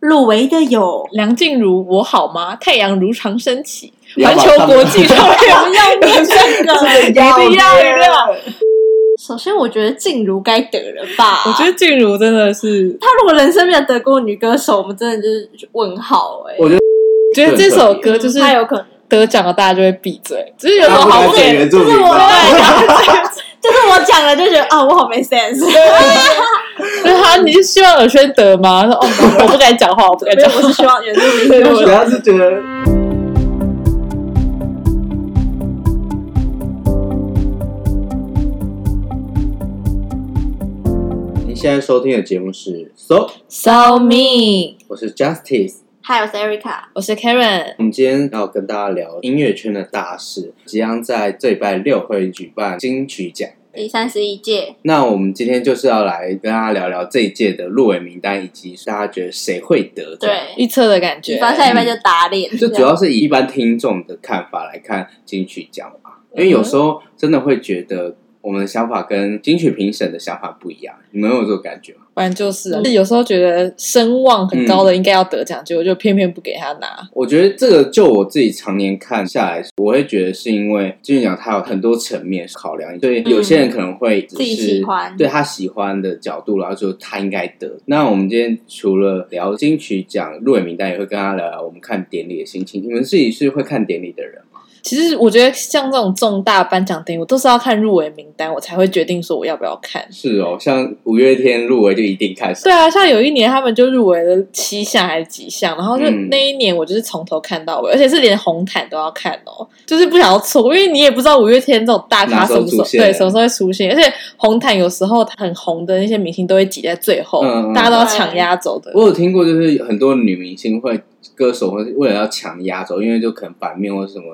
入围的有梁静茹，我好吗？太阳如常升起，不要环把球他们国际 都有要念 这个。一定 要一定要一定要首先，我觉得静茹该得了吧？我觉得静茹真的是，她如果人生没有得过女歌手，我们真的就是问号哎、我觉得觉得这首歌就是她有可能，得奖了，大家就会闭嘴，只是有他时候不好该给 点。原住民就是我吧。 就是我讲了就觉得啊，我好没 sense。就是他，啊你是希望尔轩得吗？他说哦，我不敢讲话，我不敢 没有我讲，话。 是希望原住民对歌我手主要是觉得您现在收听的节目是 So， So me，我是 Justice。 还有 Erica，我是 Karen，我们今天要跟大家聊音乐圈的大事，即将在这礼拜六会举办金曲奖。第三十一届那我们今天就是要来跟大家聊聊这一届的入围名单，以及大家觉得谁会得奖。对，预测的感觉比。方下礼拜就打脸，就主要是以一般听众的看法来看金曲奖吧，嗯因为有时候真的会觉得我们的想法跟金曲评审的想法不一样，你们有这种感觉吗？反正就是啊，有时候觉得声望很嗯高的应该要得奖，结果就偏偏不给他拿。我觉得这个就我自己常年看下来，我会觉得是因为金曲奖它有很多层面考量，所以有些人可能会只自己是喜欢对他喜欢的角度，然后说他应该得。那我们今天除了聊金曲奖入围名单，也会跟大家聊聊我们看典礼的心情。你们自己是会看典礼的人嗯吗？其实我觉得像这种重大颁奖典礼，我都是要看入围名单，我才会决定说我要不要看。是哦，像五月天入围就一定看，对啊，像有一年他们就入围了七项还是几项，然后就嗯那一年我就是从头看到尾，而且是连红毯都要看哦，就是不想要错过，因为你也不知道五月天这种大咖哪什时候么时候出现对什么时候会出现，而且红毯有时候很红的那些明星都会挤在最后，嗯嗯大家都要抢压轴的。我有听过，就是很多女明星会歌手会为了要抢压轴，因为就可能版面或什么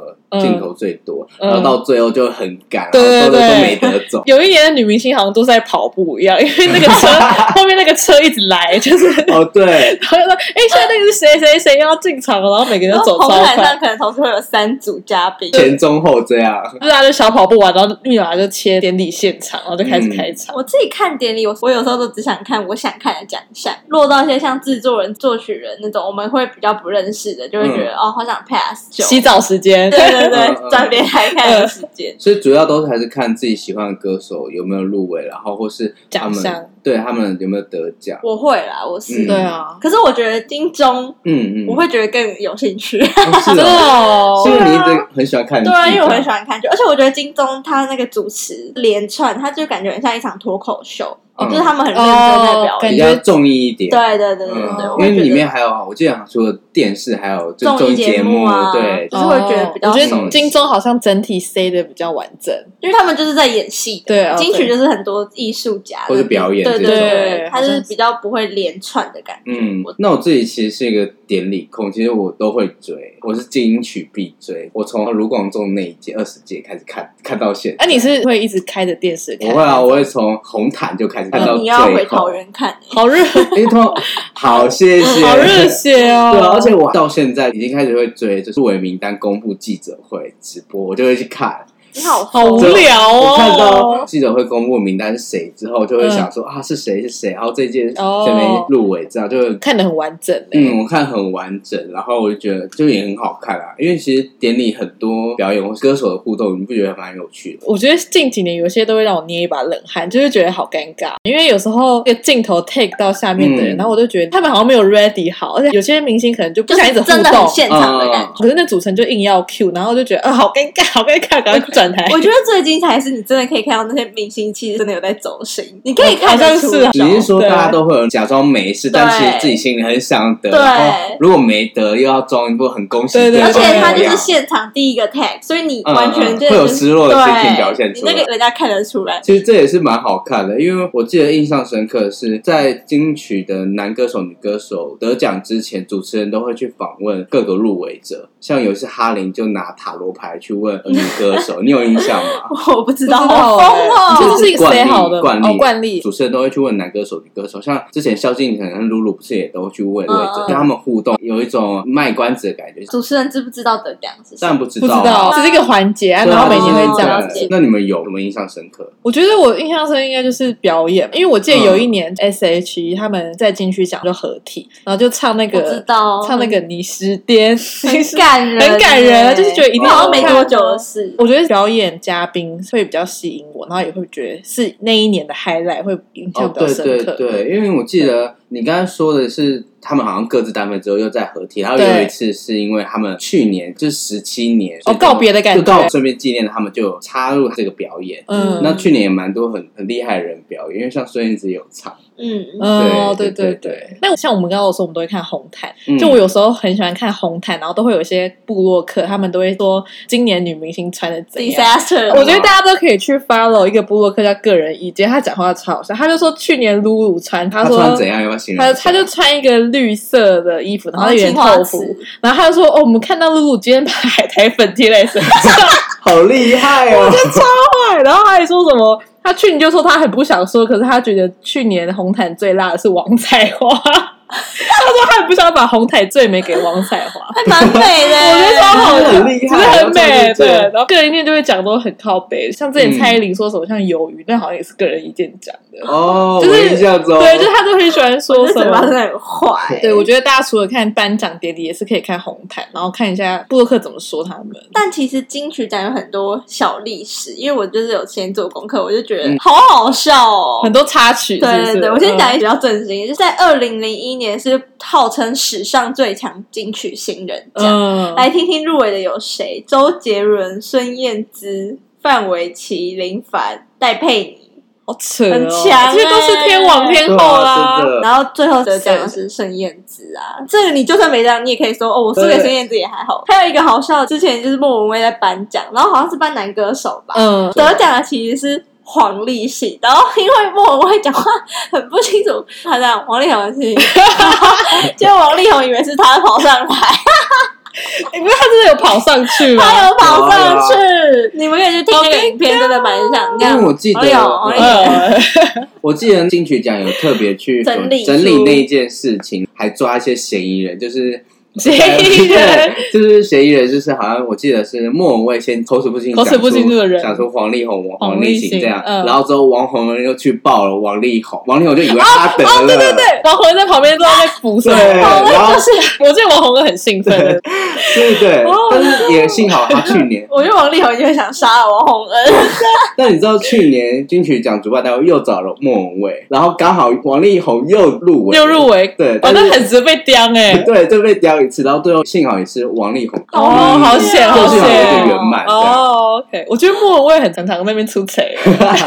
镜头最多，嗯然后到最后就很赶，对然后对都都对。没得走 有一年的女明星好像都是在跑步一样，因为那个 车后面那个车一直来，就是哦，对，然后就说：“哎、现在那个是谁谁谁要进场了？”然后每个人然后都走红超毯快上，可能同时会有三组嘉宾，前中后这样。就是大家就小跑步完，然后立马就切典礼现场，然后就开始开场。我自己看典礼，我我有时候都只想看我想看的奖项，落到一些像制作人、作曲人那种，我们会比较不认识的，就会觉得、哦，好想 pass 就。洗澡时间，对对嗯嗯对，转别台 看的时间。所以主要都是还是看自己喜欢的歌手有没有入围，然后或是他奖项们对他们有没有得奖。我会啦，我是。嗯对啊，可是我觉得金钟，嗯嗯，我会觉得更有兴趣。哦是真的哦哦，是。因为你一直很喜欢 看，对啊，因为我很喜。欢看剧，而且我觉得金钟他那个主持连串，他就感觉很像一场脱口秀，嗯就是他们很认真在表哦感比觉演。较综艺一点，对对对对对对，嗯我，会因为觉里得面还有，我记得除了电视，还有就综综艺艺节节目目啊，对，就是会觉得比较哦我觉熟得悉金钟好像整体塞的比较完整，因为他们就是在演戏的，对啊金曲就是很多艺术家或是表演对这对种对他就是比较不会连串的感觉。嗯我，那我自己其实是一个典礼控，其实我都会追，我是金曲必追。我从卢广仲那一届二十届开始看，看到现在。哎、你是会一直开着电视看？我会啊，我会从红毯就开始看哦那到呃你最要回后哎桃，园看、欸，好热，因为通常好谢 谢，好热血哦！对啊，而且我到现在已经开始会追，就是伪名单公布记者会直播，我就会去看。你好好无疯聊哦。嗯我看到记者会公布名单是谁之后，就会想说、啊是谁是谁，然后这届哦谁没入围，这样就会看的很完整、欸，嗯，我看很完整，然后我就觉得就也很好看啊，因为其实典礼很多表演或是歌手的互动，你不觉得蛮有趣的？我觉得近几年有些都会让我捏一把冷汗，就是觉得好尴尬，因为有时候那个镜头 take 到下面的人，嗯然后我就觉得他们好像没有 ready 好，而且有些明星可能就不就想一是直互真的很动，现场嗯的感觉。可是那主持人就硬要 Q，然后我就觉得啊、好尴尬，好尴尬，赶快转台。 我觉得最精彩的是你真的可以看到那些明星其实真的有在走心，你可以看好得像出是来啊。只是说对大家都会有假装没事，但其实对自己心里很想得。对然后如果没得，又要装一副很恭喜对对对而方且的他样子。就是现场第一个 tag，所以你嗯完全嗯就会有是失落的心情对表现你出来那个人家看得出来。其实这也是蛮好看的，因为我记得印象深刻的是在金曲的男歌手、女歌手得奖之前，主持人都会去访问各个入围者，像有一次哈林就拿塔罗牌去问女歌手你有印象吗？ 我不知道，不知好道疯欸哦！这就是一个惯例 say 好的惯例哦，惯例主持人都会去问男歌手、女歌手，像之前萧敬腾跟露露不是也都去哦问魏哲嗯，嗯跟他们互动，有一种卖关子的感觉。主持人知不知道得奖是谁当？然不知不知道道，啊，只是一个环节，啊对啊然后每年会这了样哦子解。那你们有什么印象深刻？我觉得我印象深应该就是表演，因为我记得有一年嗯 S.H.E 他们在金曲奖就合体，然后就唱那我知个道，唱那个《你是颠》， 很 感人，欸很感人啊就是觉得一定要好像没看多久的事。我觉得表演嘉宾会比较吸引我，然后也会觉得是那一年的 highlight 会印象哦，比较对深对刻。嗯对，因为我记得你刚才说的是他们好像各自单飞之后又在合体，然后对有一次是因为他们去年就是十七年哦告别的感觉就告顺便纪念他们就有插入这个表演。嗯，那去年也蛮多很很厉害的人表演，因为像孙燕姿也有唱，嗯，嗯，对对对对对。那像我们刚刚有说，我们都会看红毯，嗯就我有时候很喜欢看红毯，然后都会有一些部落客，他们都会说今年女明星穿的怎样。 disaster，啊我觉得大家都可以去 follow 一个部落客叫个人意见，他讲话超好笑。他就说去年露露穿，他他说穿怎样？要不要形容一他下？他就穿一个绿色的衣服，然后有点哦青花透瓷肤，然后他就说哦，我们看到露露今天把海苔粉贴在身 上，好厉害 哦！坏，然后他还说什么？他去年就说他很不想说，可是他觉得去年红毯最辣的是王彩花， 他说他很不想把红毯最美给王彩花，还蛮美的， 欸我觉得超好笑，哎很厉只害是很美，对。这样就觉得然后个人意见就会讲都很靠北，像之前嗯蔡依林说什么像鱿鱼，那好像也是个人意见讲的，哦，就是我印象中，对，就他都很喜欢说我什嘴巴真么。的很坏。对，我觉得大家除了看颁奖典礼，也是可以看红毯，然后看一下布洛克怎么说他们。但其实金曲奖有很多小历史，因为我就是有先做功课，我就觉得嗯好好笑哦。很多插曲是不是，对对对，我先讲一个嗯比较正经，就是在二零零一年是号称史上最强金曲新人奖，嗯，来听听入围的有谁：周杰伦、孙燕姿、范玮琪、林凡、戴佩妮。好扯、哦，很强欸这些都是天王天对后啊，啦真。的，然后最后得奖的是孙燕姿啊，这个你就算没得奖，你也可以说哦，我输给孙燕姿也还好。还有一个好笑的，之前就是莫文蔚在颁奖，然后好像是颁男歌手吧，啊嗯，得奖的其实是黄立行，然后因为莫文蔚讲话很不清楚，他这样王力宏的事 情，结果王力宏以为是他跑上来，你不是他真的有跑上去 吗？他有跑上去，你们可以去听那个影片，真的蛮像。这样哦因为我记得王力宏，王力宏嗯，我记得金曲奖有特别去整理整理出那一件事情，还抓一些嫌疑人，就是 嫌疑呃人啊对就是嫌疑人，就是好像我记得是莫文蔚先口齿不清，口齿不清讲出的人讲出黄力宏、黄黄力立行行这样，嗯哦然后之后王宏恩又去爆了王力宏，王力宏就以为他得 了，对对对，王红在旁边都在补什对么？然后我记得王红很兴奋，对对哦，但是也幸好他去年，我觉得王力宏一定会想杀了王洪恩，但你知道去年金曲奖主办单位又找了莫文蔚，然后刚好王力宏又入围，又入围，对，哦，但那是很值被刁哎，对，就被刁一次，然后最后幸好也是王力宏，哦哦，好险，就好幸好有一对个险。圆满。这样哦，OK，我觉得莫文蔚很常常在那 边出彩，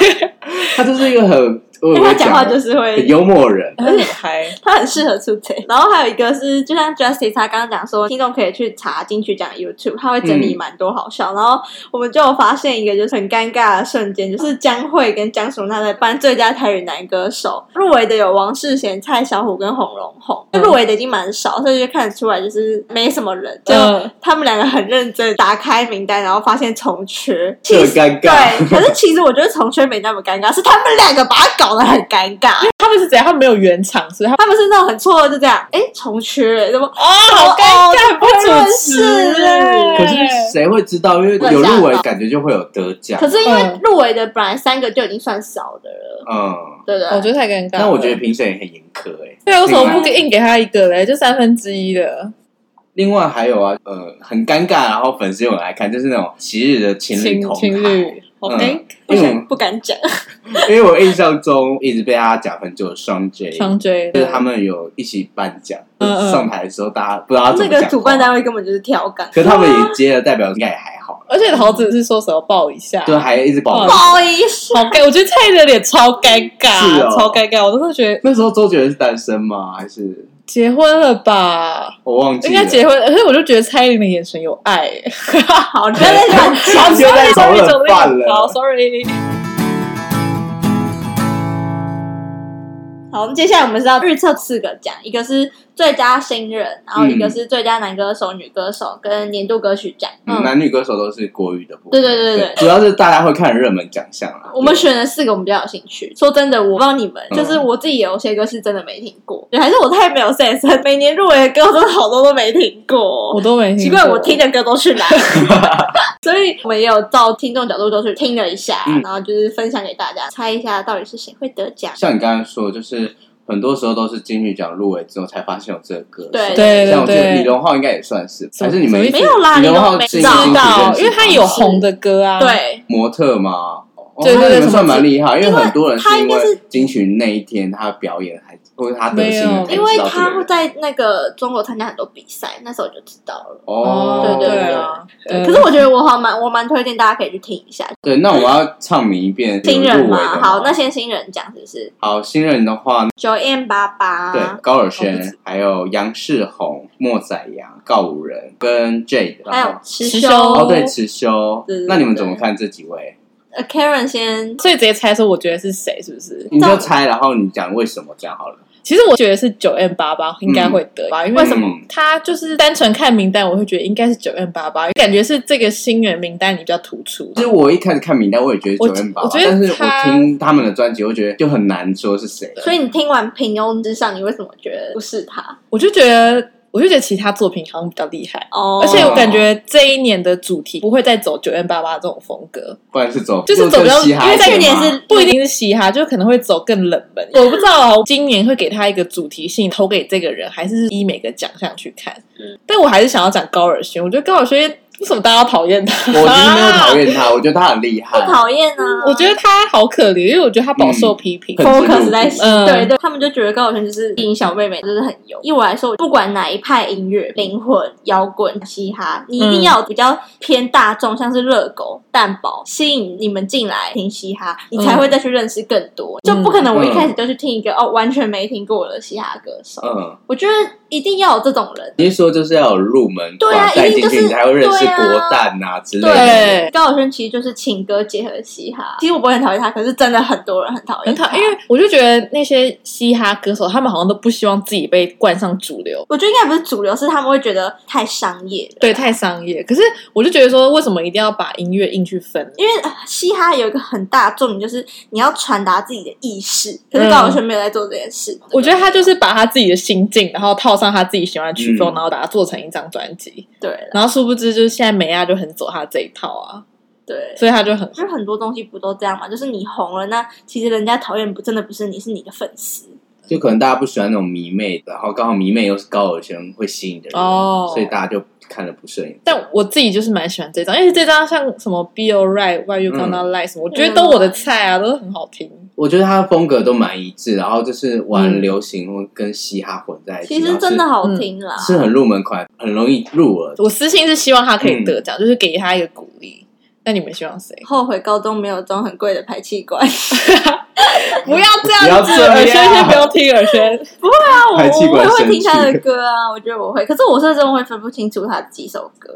他就是一个很，我因为他讲话的就是会很幽默的人，他很嗨，他很适合出 贼。然后还有一个是，就像 Justice 他刚刚讲说，听众可以去查金曲奖 YouTube，他会整嗯理蛮多好笑。然后我们就有发现一个就是很尴尬的瞬间，就是江蕙跟江淑娜在颁最佳台语男歌手，入围的有王世贤、蔡小虎跟洪荣宏，嗯入围的已经蛮少，所以就看得出来就是没什么人，就嗯，他们两个很认真地打开名单，然后发现重缺，其就很实尴尬。对，可是其实我觉得重缺没那么尴尬，是他们两个把它搞得很尴尬。他们是怎样？他们没有圆场，是不是他他们是那种很错愕，就这样，哎，重缺了，怎么哦哦，好尴尬，不主认识持哎，可是谁会知道？因为有入围，感觉就会有得奖可。是因为嗯入围的本来三个就已经算少的了，嗯，对不对？啊我觉得太尴尬了。但我觉得评审也很严苛哎。对啊，为什么另不外给硬给他一个嘞？就三分之一的另外还有啊，呃，很尴尬，然后粉丝又很爱看，就是那种昔日的情侣情同台情侣，好嗯尴不因为想我不敢讲，因为我印象中一直被大家讲很久的双 J，双追就是他们有一起颁奖，嗯嗯上台的时候大家不知道怎那么讲个话主办单位根本就是跳岗，可他们也接了，代表应该也还好，而且桃子是说什么抱一下，对，还一直保哇 护不好意思，好尴，我觉得蔡依林的脸超尴是尬，哦超尴尬，我都是觉得 那时候周杰伦是单身吗？还是结婚了吧，我忘记应了？该结婚，而且我就觉得蔡依林的眼神有爱，欸好，你不要再乱讲。 他就在讨 Sorry，论饭 sorry， 了。好，sorry，好，我们接下来我们是要预测四个奖，一个是最佳新人，然后一个嗯是最佳男歌手、女歌手跟年度歌曲奖。嗯嗯，男女歌手都是国语的部分，对对对对主要是大家会看热门奖项啦。我们对选了四个我们比较有兴趣。说真的，我不知道你们，嗯就是我自己有些歌是真的没听过，对还是我太没有 sense。每 年入围的歌我真的好多都没听我过。都没奇听过怪，我听的歌都去哪里？ 所以我们也有照听众角度，就是听了一下，嗯然后就是分享给大家，猜一下到底是谁会得奖。像你刚才说，就是很多时候都是金曲奖入围之后才发现有这个歌手。对对对像我觉得对李荣浩应该也算是，什么还是你们什么没有啦，李你荣浩们没知知道道，是因为他有红的歌啊，，对，模特嘛？哦对对那对你们什么算蛮厉害，因为因为很多人他是因应该为是金曲那一天他表演还或者他得没星有了才因为知道这个他会人在那个中国参加很多比赛，那时候我就知道了。哦，对对对对啊，对，呃可是我觉得我好蛮我蛮推荐大家可以去听一下对，那我要唱名一遍新有人嗯入围的嘛。好，那先新人讲是不是好新人的话，九 M 八对八，高我尔不宣知，还有杨世宏、莫宰阳、告五人跟 Jade，还有然后池池修修哦对池修对对，那你们对怎么看这几位？呃 Karen 先，所以直接猜说我觉得是谁，是不是？你照就猜，然后你讲为什么这样好了。其实我觉得是九 M 八八应该会得吧，因为为什么他就是单纯看名单，我会觉得应该是九 M 八八，感觉是这个新人名单里比较突出其。实我一开始看名单，我也觉得我九零八我八，觉得但是我他听他们的专辑，我觉得就很难说是谁。所以你听完平庸之上，你为什么觉得不是他？我就觉得，我就觉得其他作品好像比较厉害。哦，而且我感觉这一年的主题不会再走九 M 八八这种风格，不然是走就是走比较又更嘻哈因一为在点去年嘛是不一定是嘻哈，就可能会走更冷门。我不知道啊，今年会给他一个主题性，投给这个人，还是依每个奖项去看。嗯但我还是想要讲高尔宣，我觉得高尔宣为什么大家要讨厌他？我其实没有讨厌他，我觉得他很厉害不。讨厌啊，我觉得他好可怜，因为我觉得他饱受批评。嗯 focus 在嗯对对，他们就觉得高晓轩就是吸引小妹妹，就是很油。以我来说，不管哪一派音乐，灵魂、摇滚、嘻哈，你一嗯定要比较偏大众，像是热狗、蛋堡，吸引你们进来听嘻哈，你嗯才会再去认识更多。就不可能我一开始就去听一个、哦完全没听过的嘻哈歌手。嗯，我觉得一定要有这种人。你是说就是要有入门对啊款带一定就进去，是你才会认识对啊国蛋啊之类的。对，高晓轩其实就是情歌结合嘻哈，其实我不会很讨厌他，可是真的很多人很讨很厌讨，因为我就觉得那些嘻哈歌手，他们好像都不希望自己被冠上主流，我觉得应该不是主流，是他们会觉得太商业了。对，啊太商业。可是我就觉得说，为什么一定要把音乐硬去分？因为呃嘻哈有一个很大的重点，就是你要传达自己的意识，可是高晓轩没有在做这件事。嗯我觉得他就是把他自己的心境，然后套上他自己喜欢的曲风，嗯然后把它做成一张专辑。对了，然后殊不知，就是现在美亚就很走他这一套啊，对，所以他就很就是很多东西不都这样嘛？就是你红了，那其实人家讨厌不真的不是你，是你的粉丝。就可能大家不喜欢那种迷妹，然后刚好迷妹又是高尔宣会吸引的人，哦所以大家就看了不顺眼。但我自己就是蛮喜欢这张，因为这张像什么 Be Alright、Why You Gonna Lie 什么，我觉得都我的菜啊，都是很好听。我觉得他的风格都蛮一致，然后就是玩流行或跟嘻哈混在一起，其实真的然后好听嗯啦，是是很入门款，很容易入耳。我私心是希望他嗯可以得奖，就是给他一个鼓励。那你们希 望谁？后悔高中没有装很贵的排气管。不要这不要样子，这样啊耳轩先不用听耳轩。那我 排气我管也会神听他的曲歌啊，我觉得我会，可是我是真的会分不清楚他几首歌。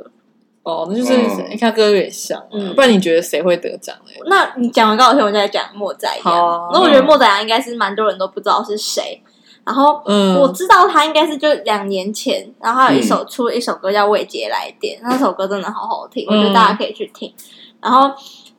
哦，那就是嗯你看歌有点像啊，嗯不然你觉得谁会得奖嘞？那你讲完高晓轩，我再讲莫宰阳。好啊那我觉得莫宰阳应该是蛮多人都不知道是谁，然后嗯，我知道他应该是就两年前，然后他有一首出了一首歌叫《未接来电》，那首歌真的好好听，我觉得嗯大家可以去听。然后，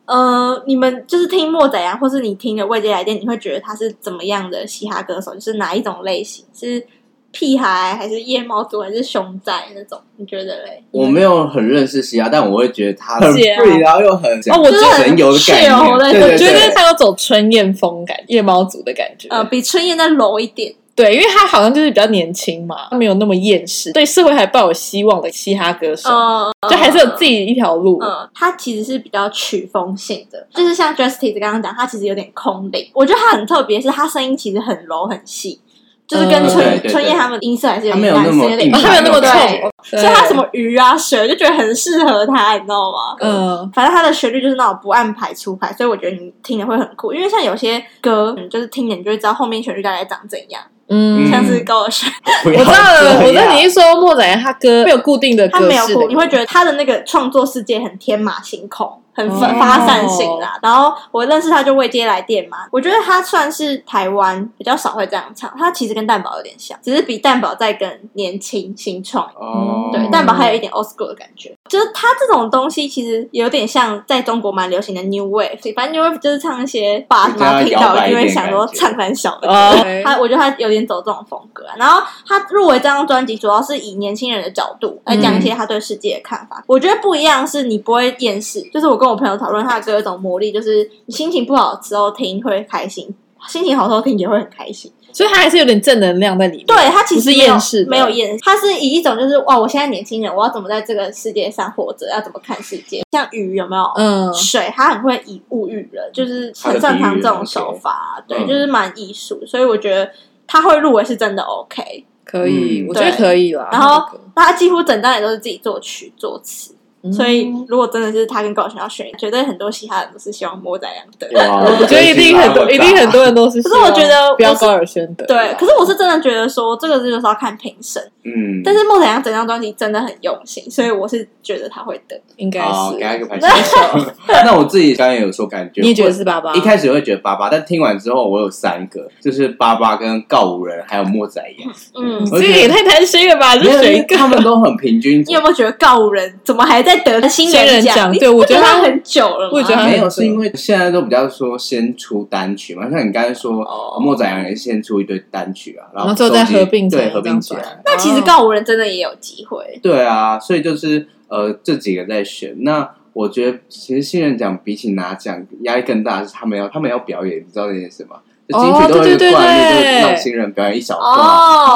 呃，你们就是听莫仔阳，或是你听了《未接来电》，你会觉得他是怎么样的嘻哈歌手？就是哪一种类型？是屁孩还是夜猫族还是熊仔那种？你觉得嘞？我没有很认识嘻哈，但我会觉得他很是啊 free，然后又很哦我觉得神游的概是哦对念，对我对觉得对，他有走春燕风感、夜猫族的感觉。呃，比春燕再柔一点。对，因为他好像就是比较年轻嘛，他没有那么厌世，对社会还抱有希望的嘻哈歌手，嗯，就还是有自己一条路。嗯，它其实是比较曲风性的，就是像 Justice 刚刚讲，它其实有点空灵。我觉得它很特别，是它声音其实很柔很细，就是跟嗯春、对对对春燕他们音色还是有它没点有蓝那色，么有点硬他没有那么嗯对重，所对以它什么鱼啊蛇就觉得很适合它，你知道吗？嗯反正它的旋律就是那种不按牌出牌，所以我觉得你听的会很酷。因为像有些歌，你就是听了你就会知道后面旋律大概长怎样，嗯，像是高尔宣，不我要知道了，这我知道样嗯你一说莫仔他歌没有固定的他格没有式的酷，你会觉得他的那个创作世界很天马行空。很哦发发散性啦。然后我认识他就未接来电嘛，我觉得他算是台湾比较少会这样唱，他其实跟蛋堡有点像，只是比蛋堡再更年轻新创。哦，对，蛋堡还有一点 old school 的感觉，就是它这种东西其实有点像在中国蛮流行的 new wave，反正 new wave 就是唱一些把什比较么听摇到摆一就点会想说感觉唱很小的歌，哦，他我觉得他有点走这种风格、啊。然后他入围这张专辑，主要是以年轻人的角度来讲一嗯些他对世界的看法。我觉得不一样是你不会厌世，就是我跟我朋友讨论他的歌有一种魔力，就是你心情不好的时候听会开心。心情好的时候听也会很开心，所以他还是有点正能量在里面。对他其实不是没有厌世的没有厌世，他是以一种就是哦哇，我现在年轻人，我要怎么在这个世界上活着，要怎么看世界？像鱼有没有？嗯，水，他很会以物喻人，就是很擅长这种手法，啊他的比对，喻嗯就是蛮艺术，所以我觉得他会入围是真的 OK。可以，嗯我觉得可以啦。然后那个那他几乎整张也都是自己作曲作词，嗯所以如果真的是他跟高晓要选，绝对很多嘻哈人都是希望莫仔两 得。哇，嗯我觉得一定很多，一定很多人都是希望。可是我觉得我是不要高尔宣的，对，可是我是真的觉得说这个就是要看评审，嗯，但是莫仔阳整张专辑真的很用心，所以我是觉得他会得。应该好，是给他一个 拍手。 那我自己刚刚也有说，感觉你也觉得是爸爸一？开始会觉得八八，但听完之后，我有三个，就是八八跟告五人，还有莫仔 一样， 嗯，这个也太贪心了吧！这没有因选为一个他们都很 平均。你有没有觉得告五人怎么还在得新新人奖？奖你对我不觉得他他很久了吗，我也觉得他没 有，很是因为现在都比较说先出单曲嘛，像你刚才说哦莫仔阳也先出一堆单曲啊，然然后后最后再收集合并成对一合并张起专来。那其实告五人真的也有机会。对啊，所以就是呃这几个在选。那我觉得其实新人奖比起拿奖压力更大，是他们要他们要表演，你知道那件事吗？就金曲哦都会对有对个惯例，对就是对让新人表演一小段，哦，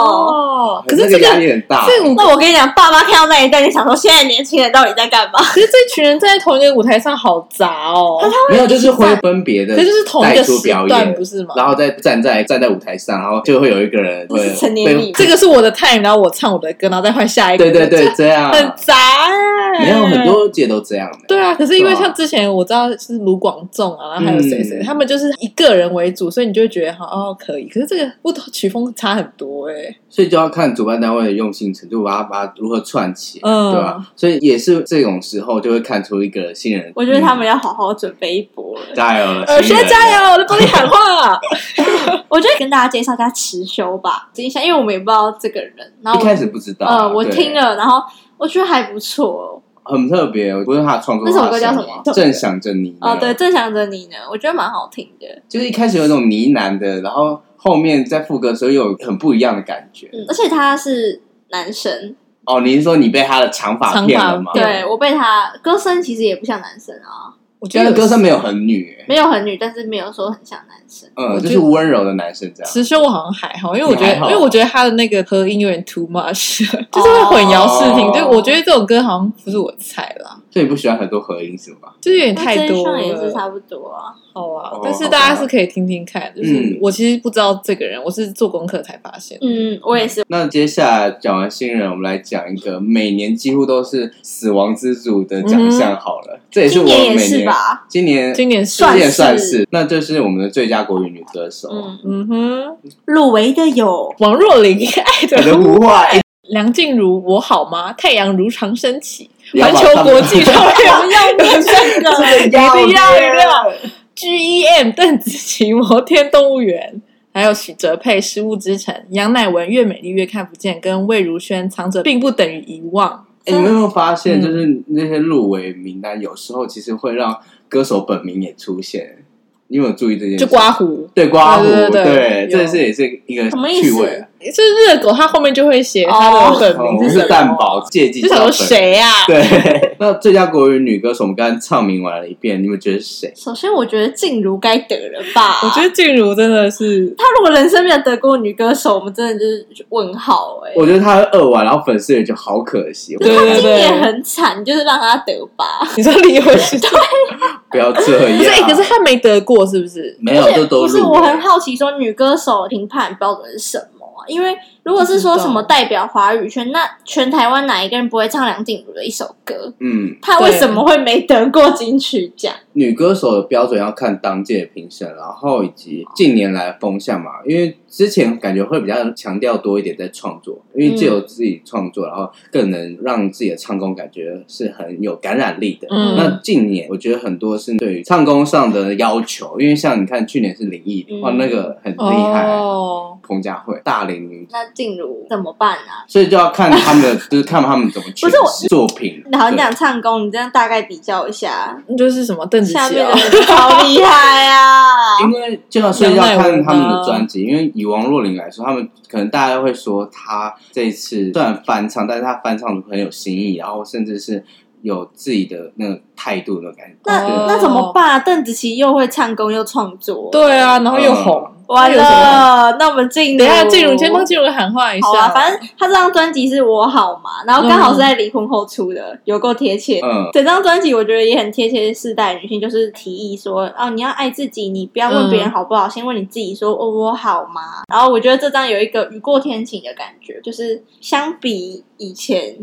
哦可那是这个压个。力很大。这个那我跟你讲，爸妈看到那一段，就想说现在年轻人到底在干嘛？可是这群人站在同一个舞台上，好杂哦。没有，就是会分别的可，就是同一带个出时表段，演不，是吗？然后再站在站在舞台上，然后就会有一个人这会是成年被礼这个是我的 time，然后我唱我的歌，然后再换下一个。对对对这这样，很杂哎。啊没有很。多届都这样的。对啊，可是因为对啊像之前我知道是卢广仲啊，然后还有谁谁，嗯他们就是以个人为主，所以你就会觉得好哦可以。可是这个不同曲风差很多哎、所以就要看主办单位的用心程度，把它把它如何串起来，嗯对吧？所以也是这种时候就会看出一个新 人。我觉得他们要好好准备一波了。加油了，呃耳新呃学人加油，我在帮你喊 话。嗯我觉得跟大家介绍一下池修吧，一下，因为我们也不知道这个人。然后一我，开始不知道啊，呃，我对听了，然后我觉得还不错很特别，我不是他的创作。那首歌叫什么正想着你。哦。哦，对，，正想着你呢，我觉得蛮好听的。就是一开始有一种呢喃的，然后后面在副歌的时候又有很不一样的感觉。嗯，而且他是男生，哦，你是说你被他的长发骗了吗？长发对我被他歌声其实也不像男生啊，我觉他得的歌声没有很女、欸，没有很女，但是没有说很像男生。嗯，我就觉得是温柔的男生这样。池修我好像还好，因为我觉得，你还好因为我觉得他的那个合音有点 too much，就是 会混淆视听。哦对，我觉得这种歌好像不是我的菜啦，所以你不喜欢很多合音是吗？就是有点那太多真相也是了。差不多啊。好啊哦，但是大家是可以听听看。就是嗯我其实不知道这个人，我是做功课才发现。嗯，我也是。那接下来讲完新人，我们来讲一个每年几乎都是死亡之组的奖项好了，这也是嗯今我年每也是年吧？今年今年是算今年算是是，那就是我们的最佳国语女歌手。嗯，嗯哼，入围的有王若琳爱可的能无话， 梁静茹，我好吗？太阳如常升起，也要环把球他们 国际照我亮们要念这个，一定要一定哎要 G E M 邓紫棋摩天动物园，还有许哲佩失物之城，杨乃文越美丽越看不见，跟魏如萱藏着并不等于遗忘。哎、你们有没有发嗯现，就是那些入围名单，有时候其实会让歌手本名也出现。你有没有注意这件事？就刮胡，对刮胡，对对对有这是也是一个什么意思趣味。就是热狗，他后面就会写他的本哦我名们是什是么，蛋堡借记就想小说本。谁啊？对，那最佳国语女歌手，我们刚刚唱名完了一遍，你们觉得是谁？ 首先，我觉得静茹该得了吧？我觉得静茹真的是，她如果人生没有得过女歌手，我们真的就是问号哎、我觉得她饿完，然后粉丝也就好可惜。对对今年对，很惨，就是让她得吧。你说李慧诗，啊 不不要这样。是、欸，可是他没得过，是不是？没有，就都不是，入我围很好奇，说女歌手评判标准是什么、啊？因为如果是说什么不知道代表华语圈，那全台湾哪一个人不会唱梁静茹的一首歌？嗯，她为什么会没得过金曲奖？女歌手的标准要看当届的评审，然后以及近年来的风向嘛。因为之前感觉会比较强调多一点在创作，因为借由自己创作，然后更能让自己的唱功感觉是很有感染力的。嗯那近年我觉得很多是对于唱功上的要求，因为像你看去年是林忆莲，嗯哇，那个很厉害啊，哦，彭佳慧、大龄女那静茹怎么办啊？所以就要看他们的， 就是看他们怎么诠不是我释作品。然后你对讲唱功，你这样大概比较一下，就是什么邓紫下棋面啊的，人超厉害 啊！因为就要所以要看他们的专辑，因为以王若琳来说，他们可能大家会说她这一次虽然翻唱，但是她翻唱很有新意，然后甚至是有自己的那个态度的感觉。那对哦那怎么办、啊？邓紫棋又会唱功又创作，，对啊，然后又红。完那有什么了，那我们静茹，等一下，静茹，你先帮静茹喊话一嗯好下。啊，反正他这张专辑是我好嘛，然后刚好是在离婚后出的，有够贴切。嗯，整张专辑我觉得也很贴切世代女性，就是提议说，哦，你要爱自己，你不要问嗯别人好不好，先问你自己说，哦，我好吗？然后我觉得这张有一个雨过天晴的感觉，就是相比以前，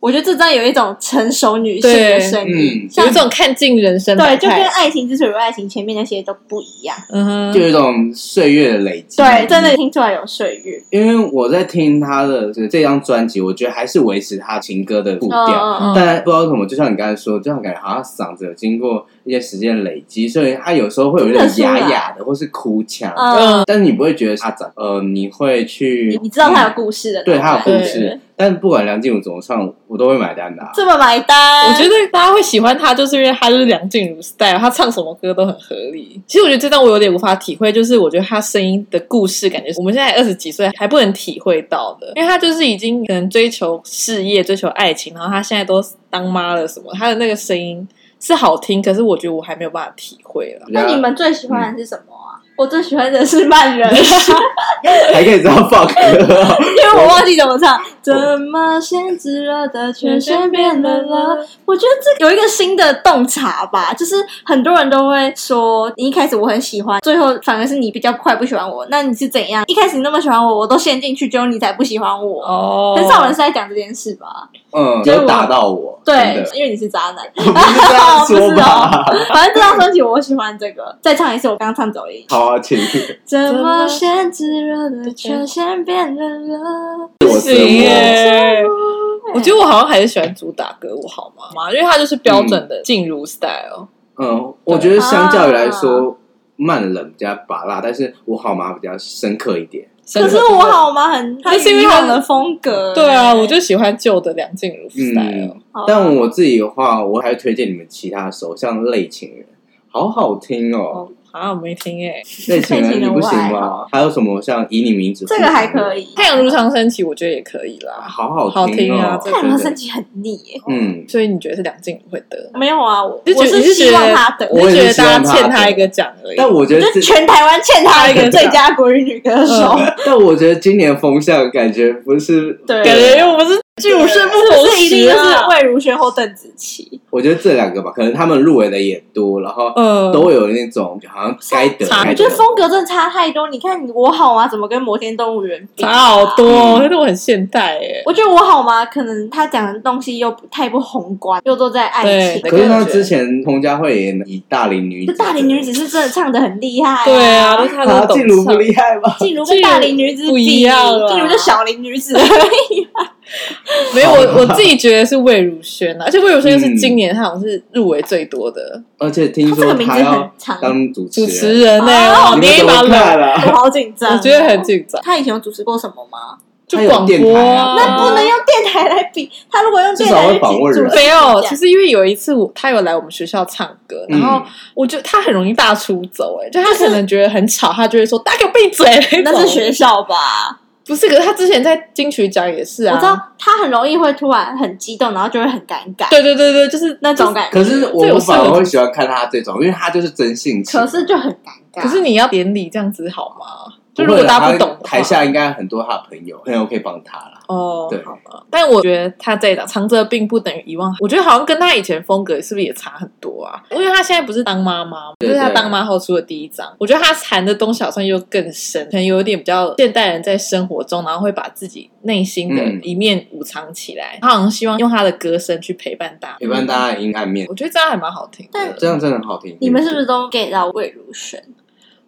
我觉得这张有一种成熟女性的声音对嗯，像有一种看尽人生百对，态，就跟《爱情之所以为爱情》前面那些都不一样。嗯哼，就有一种岁月的累积。对，真的听出来有岁月。因为我在听她的这这张专辑，我觉得还是维持她情歌的步嗯调。嗯嗯，但不知道为什么，就像你刚才说，就像感觉好像嗓子有经过一些时间累积，所以她有时候会有一点听得哑出来哑的，或是啊哭腔。嗯，但你不会觉得他长，呃，你会去，你知道他有嗯故事的，对他有不对故事，但不管梁静茹怎么唱，我都会买单的啊、这么买单，我觉得大家会喜欢她，就是因为她就是梁静茹 style，她唱什么歌都很合理。其实我觉得这段我有点无法体会，就是我觉得她声音的故事，感觉是我们现在二十几岁还不能体会到的，因为她就是已经可能追求事业、追求爱情，然后她现在都当妈了什么，她的那个声音是好听，可是我觉得我还没有办法体会了。那你们最喜欢的是什么啊？我最喜欢的是慢 人，因还可以 这样放歌，为我忘记怎么唱。怎么先炙热的全身变冷了？我觉得这有一个新的洞察吧，就是很多人都会说，你一开始我很喜欢，最后反而是你比较快不喜欢我。那你是怎样？一开始你那么喜欢我，我都陷进去，只有你才不喜欢我。哦，很少人是在讲这件事吧？嗯，就是有我打到我，真对哦的，因为你是渣男。不是这样说 吧？反正这张专辑我喜欢这 个，再唱一次我刚唱走音。好啊，请怎么先炙热的全先变冷了？我不是行我，耶。我哎觉得我好像还是喜欢主打歌舞好吗？因为它就是标准的静茹 style。嗯，我觉得相较于来啊说，慢冷比较拔辣，但是我好嘛比较深刻一点。可是我好吗？很，那是因为他他的风格。对啊，我就喜欢旧的梁静茹 style。嗯，好但我自己的话，我还会推荐你们其他首，像《类情人》，好好听哦，哦，啊，我没听诶， 《类情类》人情你人不行我还吗？还有什么像《以你名字》？啊这个还可以。太阳如常升起，我觉得也可以啦。好好好听哦啊这太阳升起很腻耶。嗯，所以你觉得是梁静茹会得？没有啊，我你就我觉是得你是觉希得望他得，你我是也觉是得希大家望她欠他得一个奖而已。但我觉我得就这，全台湾欠他 一个最佳国语女歌手， 嗯但我觉得今年风向感觉不是， 对感觉又不是巨乳是不不红是一定时就啊是。魏如萱或邓紫棋。我觉得这两个吧，可能他们入围的也多，然后嗯，都有那种好像该得，差该我得觉得风格真的差太多。你看我好吗？怎么跟摩天动物园比？差好多哦，可是我很现代诶。我觉得我好吗？可能他讲的东西又不太不宏观，又都在爱情对。可是他感觉之前彭佳慧也以大龄女这子，大龄女子是真的唱的很厉害、啊，对啊，都是他啊，的静懂茹不唱。厉 害吗？静茹跟大龄女子比不一样啊啦静茹就小龄女 子。没有，我我自己觉得是魏如萱啊，而且嗯魏如萱是今年她好像是入围最多的而且听她这说个名字她很要长，当主主持人持，人呢、啊哇，嗯你捏们一怎把么看啊冷，我了？好紧张。我觉得很紧张。她以前有主持过什么吗？就她有广电播台啊啊，那不能用电台来比，她如果用电至少台会去访问主人持， 没有，其其实实因为有一次我他有来我们学校唱歌，然嗯后我觉得他很容易大出走、哎，就他可能觉得很吵，他就会说“大家给我闭嘴” 那种是学校吧？不是？可是他之前在金曲奖也是啊，我知道她很容易会突然很激动，然后就会很尴尬，对对对对，就是那种感觉。可是这我有我适合反而会喜欢看她这种，因为她就是真性情可。是就很尴尬。可是你要典礼这样子好吗？就如果会大家啦不他懂的话台下应该很多他的朋友，朋友可以帮他啦。哦，对好吧。但我觉得他这一档长泽并不等于遗忘，我觉得好像跟他以前风格是不是也差很多啊？因为他现在不是当妈妈嘛，就对是他对当妈后出的第一张，我觉得他谈的东西好像又更深，可能有一点比较现代人在生活中，然后会把自己内心的嗯一面捂藏起来。他好像希望用他的歌声去陪伴大家，陪伴大家的阴暗面，我觉得这样还蛮好听的。嗯但这样真的很好听。你们是不是都 get 到魏如萱？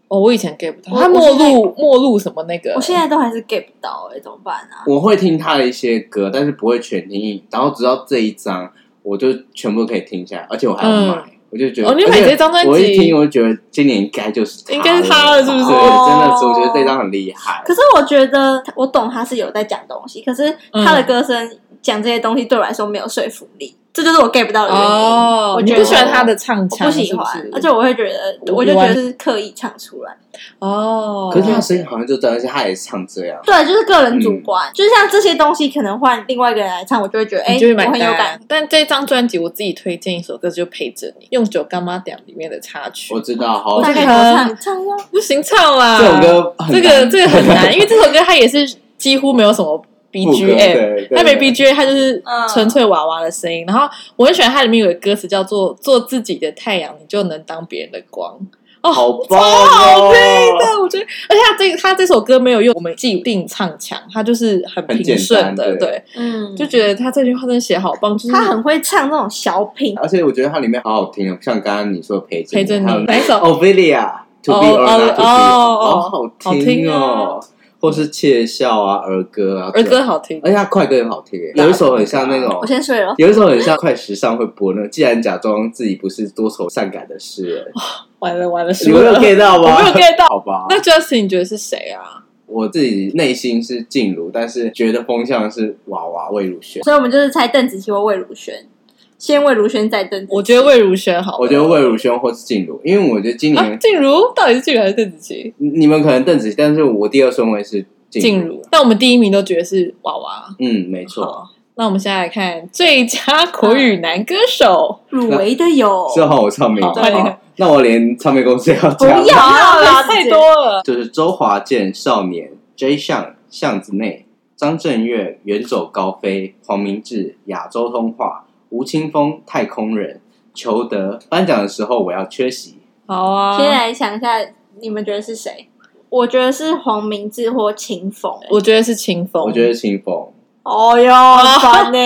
哦，我以前 get 不到我他我末现在路末路什么那个，我现在都还是 get 不到哎、怎么办啊？我会听他的一些歌，但是不会全听，然后直到这一张，我就全部可以听下来，而且我还要买，我就觉得，哦你买而且这张专辑我一听我就觉得今年应该就是应该是他了是不是对，真的是，哦我觉得这张很厉害。可是我觉得我懂他是有在讲东西，可是他的歌声讲这些东西对我来说没有说服力，这就是我 get 不到的原因。哦，我你觉不得喜欢他的唱我腔，不喜欢，是而不是且我会觉得，我我就觉得是刻意唱出来。哦，可是他的声音好像就真的，而且他也唱这样。对，就是个人嗯主观，就像这些东西可能换另外一个人来唱，我就会觉得，哎、你就会我买很有感单。。但这张专辑我自己推荐一首歌，就《陪着你》，用《酒干妈点》里面的插曲我。知道，好，我大这概个多唱唱呀，不行唱啦，这首歌很这难个这个很 难，因为这首歌它也是几乎没有什么 BGM。它没 BGM，它就是嗯纯粹娃娃的声音。然后我很喜欢它里面有个歌词叫做“做自己的太阳，你就能当别人的光”。哦，好棒好哦听的，我觉得，而且他这他这首歌没有用我们既定唱腔，他就是很很平顺的，简单对对，嗯，就觉得他这句话真的写好棒，就是他很会唱那种小品，而且我觉得它里面好好听哦，像刚刚你说的陪着陪着你还有哪一首？ Ophelia to be or 哦 not to be，哦哦好好听啊哦，或是窃笑啊，儿歌啊，儿歌好听而，且它快歌很好听耶，有一首很像那种我，先睡了。有一首很像快时尚会播呢。既然假装自己不是多愁善感的诗人，完了完了，你输没有了。 get 到吗？我 没有 get 到好吧。那 Justin 你觉得是谁啊？我自己内心是静茹，但是觉得风向是娃娃魏如萱。所以我们就是猜邓紫棋或魏如萱，先魏如萱再邓紫棋。我觉得魏如萱好了，我觉得魏如萱或是静茹，因为我觉得今啊，年静茹到底是静茹还是邓紫棋？你们可能邓紫棋，但是我第二顺位是静茹，但我们第一名都觉得是娃娃。嗯，没错，好，那我们现在来看最佳国嗯语男歌手，入围的有，之后我唱名，好快点好那我连唱片公司也要不加入，要啦，太多了。就是周华健、少年、J 项、巷子内、张震岳、远走高飞、黄明志、亚洲通话、吴青峰、太空人、裘德。颁奖的时候我要缺席，好啊，先来想一下，你们觉得是谁？我觉得是黄明志或秦风。我觉得是清风，我觉得清风。哦哟，很 烦呢、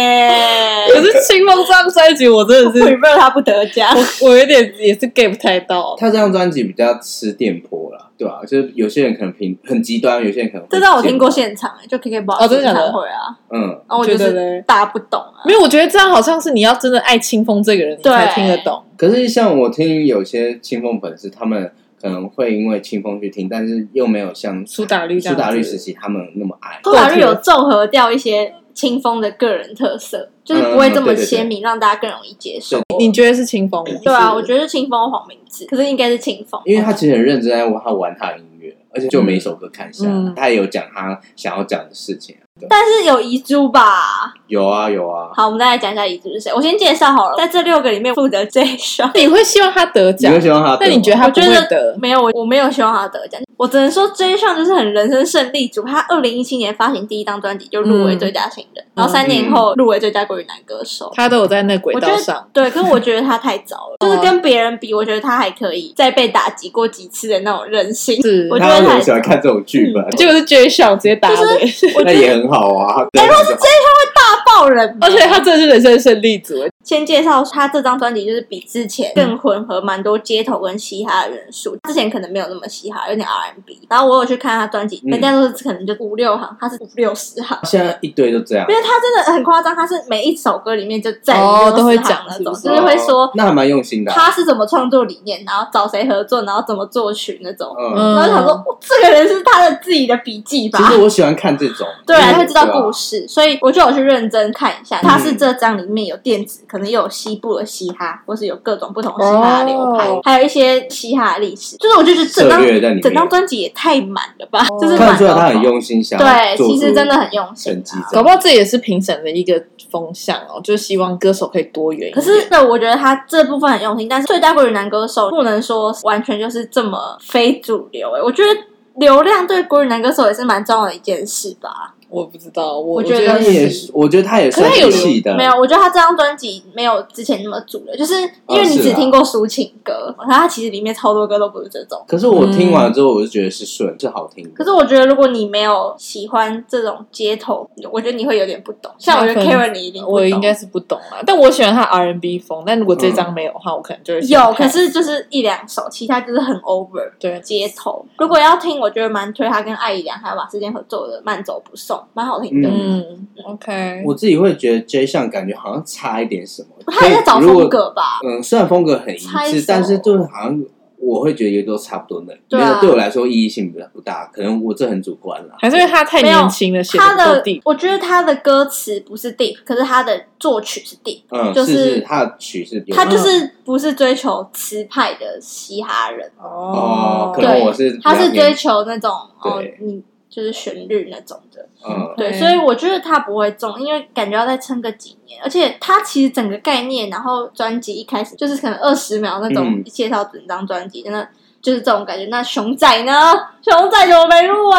可是清风这张专辑，我真 的我以是为他不得奖。我有点也是 get 不太到。他这张专辑比较吃电波啦，对吧、就是有些人可能平很极端，有些人可能会这让我听过见现场、欸就 KK 宝哦真的假的演唱会啊，嗯，然后我就觉得是嘞大不懂啊。没有，我觉得这样好像是你要真的爱清风这个人，你对才听得懂。可是像我听有些清风粉丝，他们可能会因为清风去听，但是又没有像苏打绿这苏样子打绿时期他们那么爱。苏打绿有综合掉一些清风的个人特嗯色，就是不会这么鲜明，让大家更容易接受。对你觉得是清风吗？对啊，是我觉得是清风黄明志，可是应该是清风，因为他其实很认真在玩他玩他的音乐，而且就每一首歌看下来，嗯他也有讲他想要讲的事情。对但是有遗珠吧。有啊有啊，好，我们再来讲一下遗珠是谁。我先介绍好了，在这六个里面负责这一首，你会希望他得你奖会，喜欢他的歌吗？但你觉得他我不觉会得得？没有，我我没有希望他得奖。我只能说这一项就是很人生胜利组。他二零一七年发行第一张专辑就入围嗯最佳新人，然后三年后入围最佳国语男歌手。他都有在那轨我觉道得上。哦对，可是我觉得他太 早了，就是跟别人比，我觉得他还可以再被打击过几次的那种人 性。是我，觉得他为什他嗯么喜欢看这种剧本？结果是 J 上直接打脸，我那觉得也很好啊。哎，如果是大爆人， 而且他真的是人生胜利组。欸先介绍他这张专辑，就是比之前更混合蛮多街头跟嘻哈的元素。之前可能没有那么嘻哈，有点 R&B。然后我有去看他专辑，嗯人家都是可能就五六行，他是五六十行。现在一堆都这样因，为他真的很夸张，他是每一首歌里面就在哦都会讲那是种，不就是会说哦那还蛮用心的啊。他是怎么创作理念，然后找谁合作，然后怎么作曲那种。嗯，然后想说，嗯，哇这个人是他的自己的笔记吧其？实我喜欢看这种，对啊，因为他会知道对啊嗯故事，所以我就有去认真看一下。他是这张里面有电子，可能也有西部的嘻哈，或是有各种不同嘻哈流派哦，还有一些嘻哈的历史。就是我就觉得整策张略在里面，哦整张专辑也太满了吧，就是看得满出来他到很用心，想要对，做其出实真的很用心成绩啊。这搞样。不好这也是评审的一个风向哦，就希望歌手可以多元一点。可是，那我觉得他这部分很用心，但是最佳国语男歌手不能说完全就是这么非主流、欸。我觉得流量对国语男歌手也是蛮重要的一件事吧。我不知道，我我觉觉得他得也是，我觉得他也可是算他是有气的，没有，我觉得他这张专辑没有之前那么主流，就是因为哦你是只啊听过抒情歌，然后他其实里面超多歌都不是这种。可是我听完之后，我就觉得是顺，是好听的。嗯可是我觉得，如果你没有喜欢这种街头，我觉得你会有点不懂。像我觉得那可能 Karen 你一定不懂我应该是不懂啊。但我喜欢他 R&B 风，但如果嗯这张没有的话，我可能就会喜有，欢可看是就是一两首，其他就是很 over 对街头。如果要听，我觉得蛮推他跟艾怡良还有马世坚合作的《慢走不送》，蛮好听的。嗯嗯，OK，我自己会觉得 J 上感觉好像差一点什么，他也在找所以如风果。格啊吧？嗯，虽然风格很一差一致首，但是就是好像我会觉得也都差不多那，对没啊有对我来说意义性比较不大，可能我这很主观啦。还是因为他太没有年轻了，写他的不够的地，我觉得他的歌词不是 deep，可是他的作曲是 deep。嗯，就是是他的曲是有他就是不是追求词派的嘻哈人，哦，可能对我是比较他是追年求那种哦对，你就是旋律那种的。嗯对，对所以我觉得他不会中，因为感觉要再撑个几年，而且他其实整个概念，然后专辑一开始就是可能二十秒那种嗯介绍整张专辑，真的就是这种感觉。那熊仔呢？熊仔怎么没入围？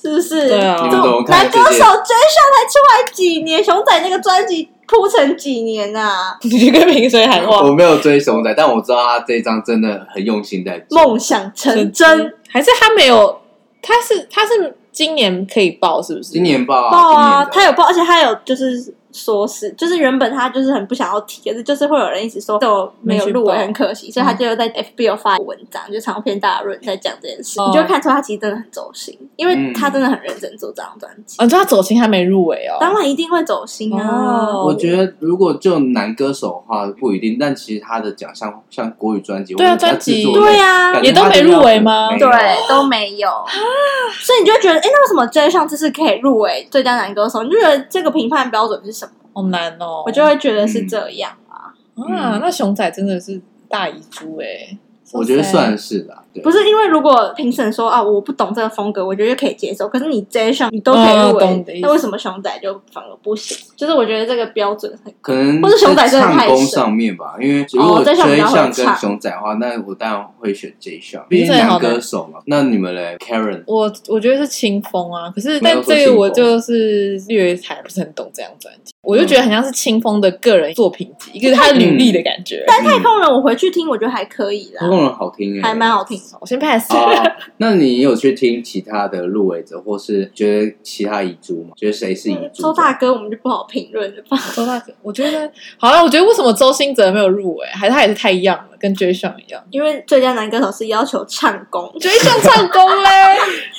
是不是？对啊这你们怎种么看男歌手这追件上才出来几年，熊仔那个专辑铺成几年啊？你去跟评审喊话，我没有追熊仔，但我知道他这一张真的很用心在做梦想成真，还是他没有？他是他是今年可以报是不是？今年报爆啊！今他年的有爆，而且他有就是说是，就是原本他就是很不想要提，可是就是会有人一直说就没有入围没去报很可嗯惜，所以他就在 FB 有发文章，就长篇大论在讲这件事，哦嗯你就看出他其实真的很走心，因为他真的很认真做这张专辑，嗯哦，你知道他走心还没入围哦。当然一定会走心啊哦。我觉得如果就男歌手的话不一定，但其实他的奖项像国语专辑，对啊或者他专辑制作的对啊呀、感觉也都他没真的入围很吗没有对，都没有， 所以你就会觉得，哎、那为什么 J 上这次可以入围最佳男歌手？你就觉得这个评判标准是什么？好难哦。我就会觉得是这样啊，啊，嗯那熊仔真的是大遗珠哎。我觉得 So sad 算是啦，对不是因为如果评审说啊，我不懂这个风格，我觉得就可以接受。可是你 J 上你都可以入嗯懂的围意，思那、为什么熊仔就反而不行？就是我觉得这个标准很可能或是熊仔真在的太唱功神上面吧，因为如果哦在追上比较项好唱跟熊仔的话，那我当然会选 J 项，毕竟这也好男难歌手嘛。那你们嘞，Karen 我我觉得是清风啊，可是没但有说这个清我风就是略还不是很懂这张专辑，我就嗯觉得很像是清风的个人作品集，一个他的履历的感觉。太太空人，我回去听我觉得还可以啦太，空人好听哎，还蛮好听。我先 pass。哦。那你有去听其他的入围者，或是觉得其他遗珠吗？觉得谁是遗珠？周大哥我们就不好评论了吧？周大哥，我觉得好啊了，我觉得为什么周兴哲没有入围，还是他也是太一样了，跟追上一样。因为最佳男歌手是要求唱功，追上唱功嘞，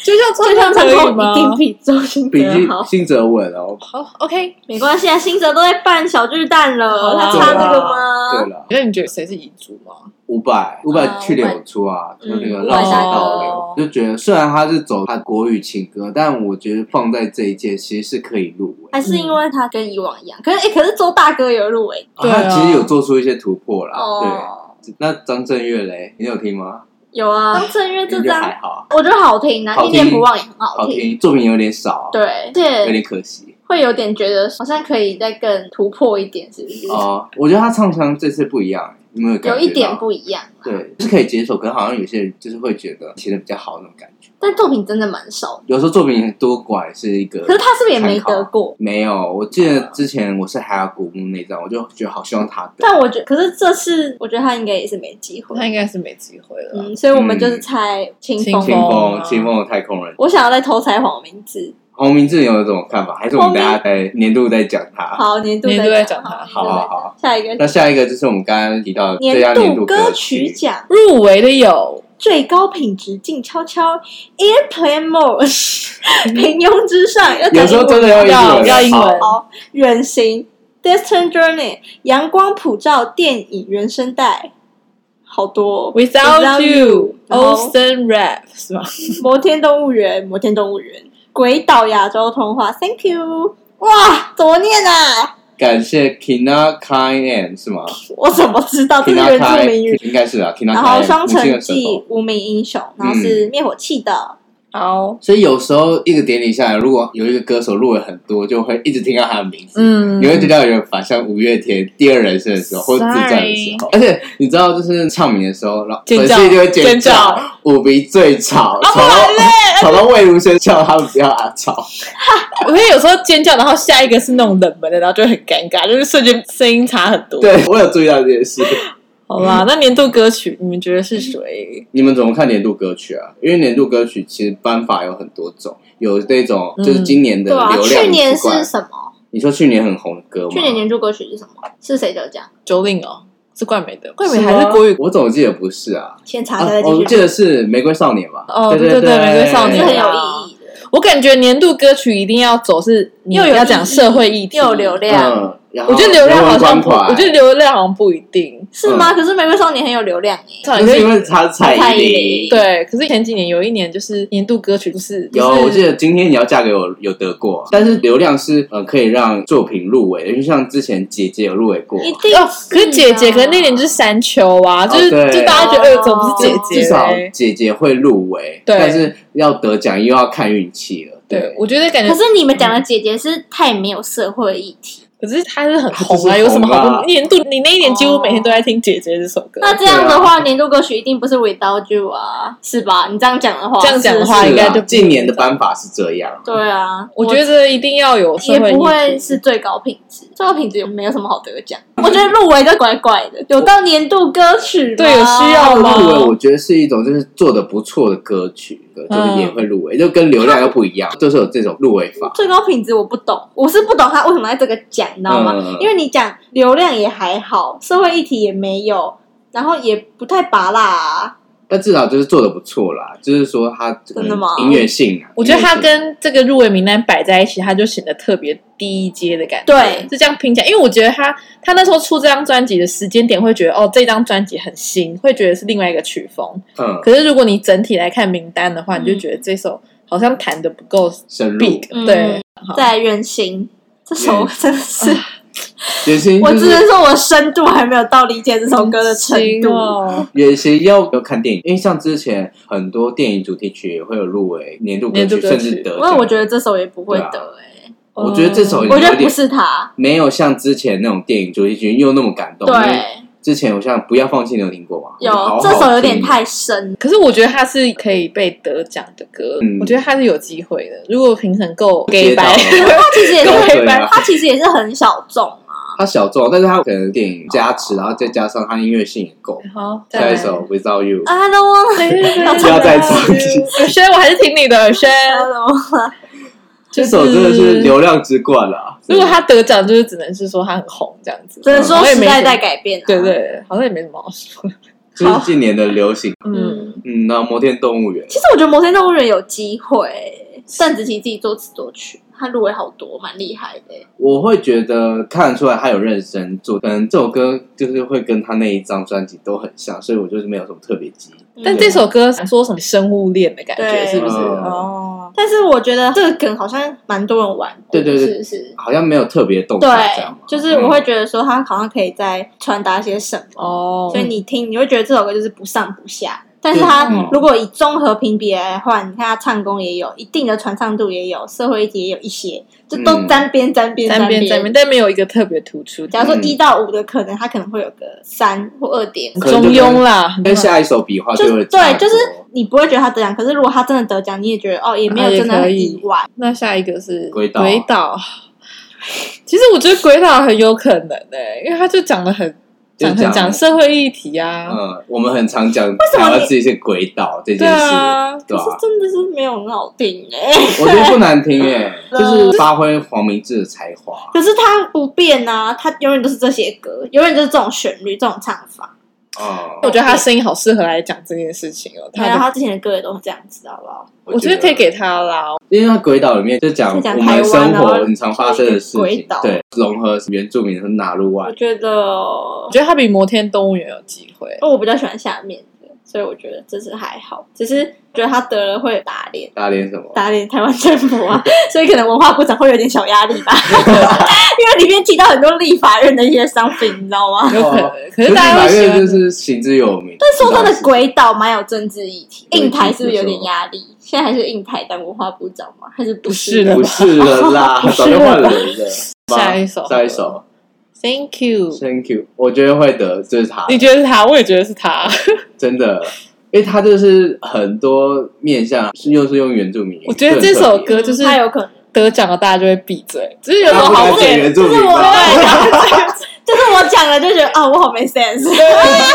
追上最佳唱唱功可以功一定吗？比周星比哲起好。辛哲文哦。好，OK。没关系啊，星哲都在办小巨蛋了，好啊他啦差这个吗对？了，那你觉得谁是遗珠吗？伍佰，伍啊佰去伍佰流出啊，就那个嗯浪伍佰潮下一个倒流，就觉得虽然他是走他国语情歌，但我觉得放在这一届其实是可以入围。还是因为他跟以往一样？可是，哎、可是周大哥有入围对啊他其实有做出一些突破啦。哦。对，那张震岳嘞，你有听吗？有啊，张震岳这就还张好啊，我觉得好听啊，好一听念不忘也很好好听，听，作品有点少，，啊对，有而且点可惜会有点觉得好像可以再更突破一点，是不是？哦。我觉得他唱腔这次不一样，你有没有感觉有到？一点不一样，啊对，是可以接受，可能好像有些人就是会觉得写的比较好那种感觉。但作品真的蛮少的。有时候作品多寡也是一个可是他是不是也没得过？没有，我记得之前我是海尔古墓那张，我就觉得好希望他得。但我觉得，可是这次我觉得他应该也是没机他会。应该是没机会了。啊嗯，所以我们就是猜清清风。清风啊风，清风的太空人，我想要再偷猜黄明志，黄明志你有什么看法？还是我们大家在年度再讲他？好，年度年度再再讲他好啊好好。下一个那下一个就是我们刚刚提到的最佳年年度度歌曲曲奖入围的有最高品质静悄悄，Airplane Mode，平 庸之上，要讲嗯有时候英文真的要要文，要英文好好，远行，Distant Journey，阳光普照，电影原声带，好多、哦。 Without You、然后 Austin Rap 是吧？摩天动物园，摩天动物园，鬼岛亚洲通话，Thank you。哇，怎么念啊？感谢 Kina Kyan 是吗我怎么知哦道这是？Kina 原住民语 Kyan？应该是啊，Kina 然后 Kyan 双年轻城的时记候，无名英雄，然后是灭火器的好，所以有时候一个典礼下来，如果有一个歌手入围很多，就会一直听到他的名字。嗯你会觉得有点反像五月天第二人生的时候，或者自传的时候，而且你知道，就是唱名的时候，然后尖粉叫丝就会尖尖叫，啊五鼻最吵，吵到吵到魏如萱叫他们不要阿吵， 我觉得有时候尖叫，然后下一个是那种冷门的，然后就会很尴尬，就是瞬间声音差很多。，对我有注意到这件事。好啦，那年度歌曲你们觉得是谁？你们怎么看年度歌曲啊？因为年度歌曲其实颁法有很多种，有那种嗯就是今年的对啊，流量去年之冠是什么？你说去年很红的歌吗？去年年度歌曲是什么？是谁得奖？九令哦，是冠美的，冠美是吗还是国语？我怎么记得不是啊？先查一啊下再，我继记续得是《玫瑰少年》吧？哦对对对对，啊玫瑰少讲，年是很有意义的。我感觉年度歌曲一定要走是你又有要讲意义社会议题，又有流量嗯，然后我觉得流量好像不，人文关怀我觉得流量好像不一定。是嗯吗？可是玫瑰少年很有流量诶。算了就你可是因啊以为他蔡蔡依依林林。对，可是前几年有一年就是年度歌曲，就是有，就是我记得今天你要嫁给我有得过，啊但是流量是呃可以让作品入围的，因为像之前姐姐有入围过，啊一定哦，可是姐姐，啊可是那年就是山丘啊，就是哦对哦就大家觉得呃，怎么是姐姐嘞？至少姐姐会入围，对但是要得奖又要看运气了。对，我觉得感觉可，是你们讲的姐姐是太没有社会议题，可是她是很红她啊，就是有什么红好啊不？年度你那一年几乎每天都在听姐姐这首歌，那这样的话，年度歌曲一定不是 Without You 啊，是吧？你这样讲的话，这样讲的是话她不应是该是就啊近年的颁法是这样，对啊，我觉得一定要有社也会不议会题是最高品质，最高品质也没有什么好得 奖。我觉得入围的怪怪的，有到年度歌曲吗对有需要吗哦入围我觉得是一种就是做的不错的歌曲，嗯就是也会入围，就跟流量又不一样，就是有这种入围法。最高品质我不懂，我是不懂他为什么在这个讲，你知道吗？嗯因为你讲流量也还好，社会议题也没有，然后也不太拔辣、啊。但至少就是做的不错啦，就是说他这个真的吗音乐性啊，我觉得它音乐性跟这个入围名单摆在一起，它就显得特别低一阶的感觉。对是这样拼起来，因为我觉得他他那时候出这张专辑的时间点，会觉得哦，这张专辑很新，会觉得是另外一个曲风。嗯可是如果你整体来看名单的话，嗯你就觉得这首好像弹的不够深入 big，、嗯对，好再来远行这首远真的是，嗯原先 我就只能是说我深度还没有到理解这首歌的程新度。哦，原先要要看电影，因为像之前很多电影主题曲也会有入围年度歌年度曲，歌甚曲至得因奖。为我觉得这首也不会对得、啊欸，我觉得这哦嗯首我觉有得点不是他，没有像之前那种电影主题曲又那么感动。对，因为之前我像《不要放弃》你有听过吗？有好好这听首有点太深，可是我觉得它是可以被得奖的歌，嗯我觉得它是有机会的。如果评审够接给到了白，他其实也够是，给白对啊，他其实也是很小众啊。它小众，但是它可能电影加哦持，然后再加上它音乐性也够。 好，再 下来一首《Without You》， I don't wanna, 不要再唱 一次尔轩，我还是听你的，尔轩。 I don't 嗯 wanna 这这首真的是。流量之冠啊了。如果他得奖，就是只能是说他很红这样子，只能好说像也时没代什么在。改变、啊。对，对，好像也没什么好说。就是近年的流行，嗯，嗯，嗯，那《摩天动物园》其实我觉得《摩天动物园》有机会，邓紫棋自己作词作曲，她入围好多，蛮厉害的、我会觉得看得出来他有认真做，可能这首歌就是会跟他那一张专辑都很像，所以我就是没有什么特别记忆。 但这首歌想说什么生物链的感觉，对是不是？嗯哦，但是我觉得这个梗好像蛮多人玩过，对对对是是，好像没有特别动作这对样嘛，就是我会觉得说他好像可以再传达些什嗯么，哦，所以你听你会觉得这首歌就是不上不下，但是他嗯如果以综合评比来换，你看他唱功也有一定的传唱度，也有社会议题也有一些，就都嗯沾边沾边沾边边沾边，。但没有一个特别突出的，假如说嗯一到五的，可能他可能会有个三或二点五，可能中就跟庸啦，跟下一首比划就就会差对，很就是多你不会觉得他得奖，可是如果他真的得奖，你也觉得哦，也没有啊也真的可很以意外。那下一个是鬼岛鬼岛，其实我觉得鬼岛很有可能诶、因为他就讲的很就讲讲很讲社会议题啊，嗯，我们很常讲为什么你自己是鬼岛这对件事，啊，对可是吧、真的是没有很好听哎、我觉得不难听耶，就是发挥黄明志的才华。 可是他不变啊，他永远都是这些歌，永远都是这种旋律、这种唱法。哦、我觉得他声音好适合来讲这件事情哦，还有的他之前的歌也都是这样子，好不好？我觉得可以，给他啦，因为他鬼岛里面就在讲讲我们台湾生然后活很常发生的事就一个鬼情岛，对，融合原住民和纳入我外，觉得，哦我觉得他比摩天动物园有机会，因为我比较喜欢下面的，所以我觉得这次还好。只是觉得他得了会打脸，打脸什么？ 打脸台湾政府啊，所以可能文化部长会有点小压力吧。 因为里面提到很多立法院的一些商品，你知道吗？有可能哦，可是大家法会喜院欢就是行之有名。但说真知道的，是鬼岛蛮有政治议题，对印台是不是有点压力？现在还是印台当文化部长吗？还是不不是的不是 了啦，不是早就换人了。下一首下一首 Thank you。 ，Thank you，我觉得会得，这是他，你觉得是他，我也觉得是他。真的，因为他就是很多面向是又是用原住民，我觉得这首歌就是他有可能，哦得奖了，大家就会闭嘴。只是有这时候很好特别他不该给给原住民就是我吧，就是我讲了就觉得啊，我好没 sense。 啊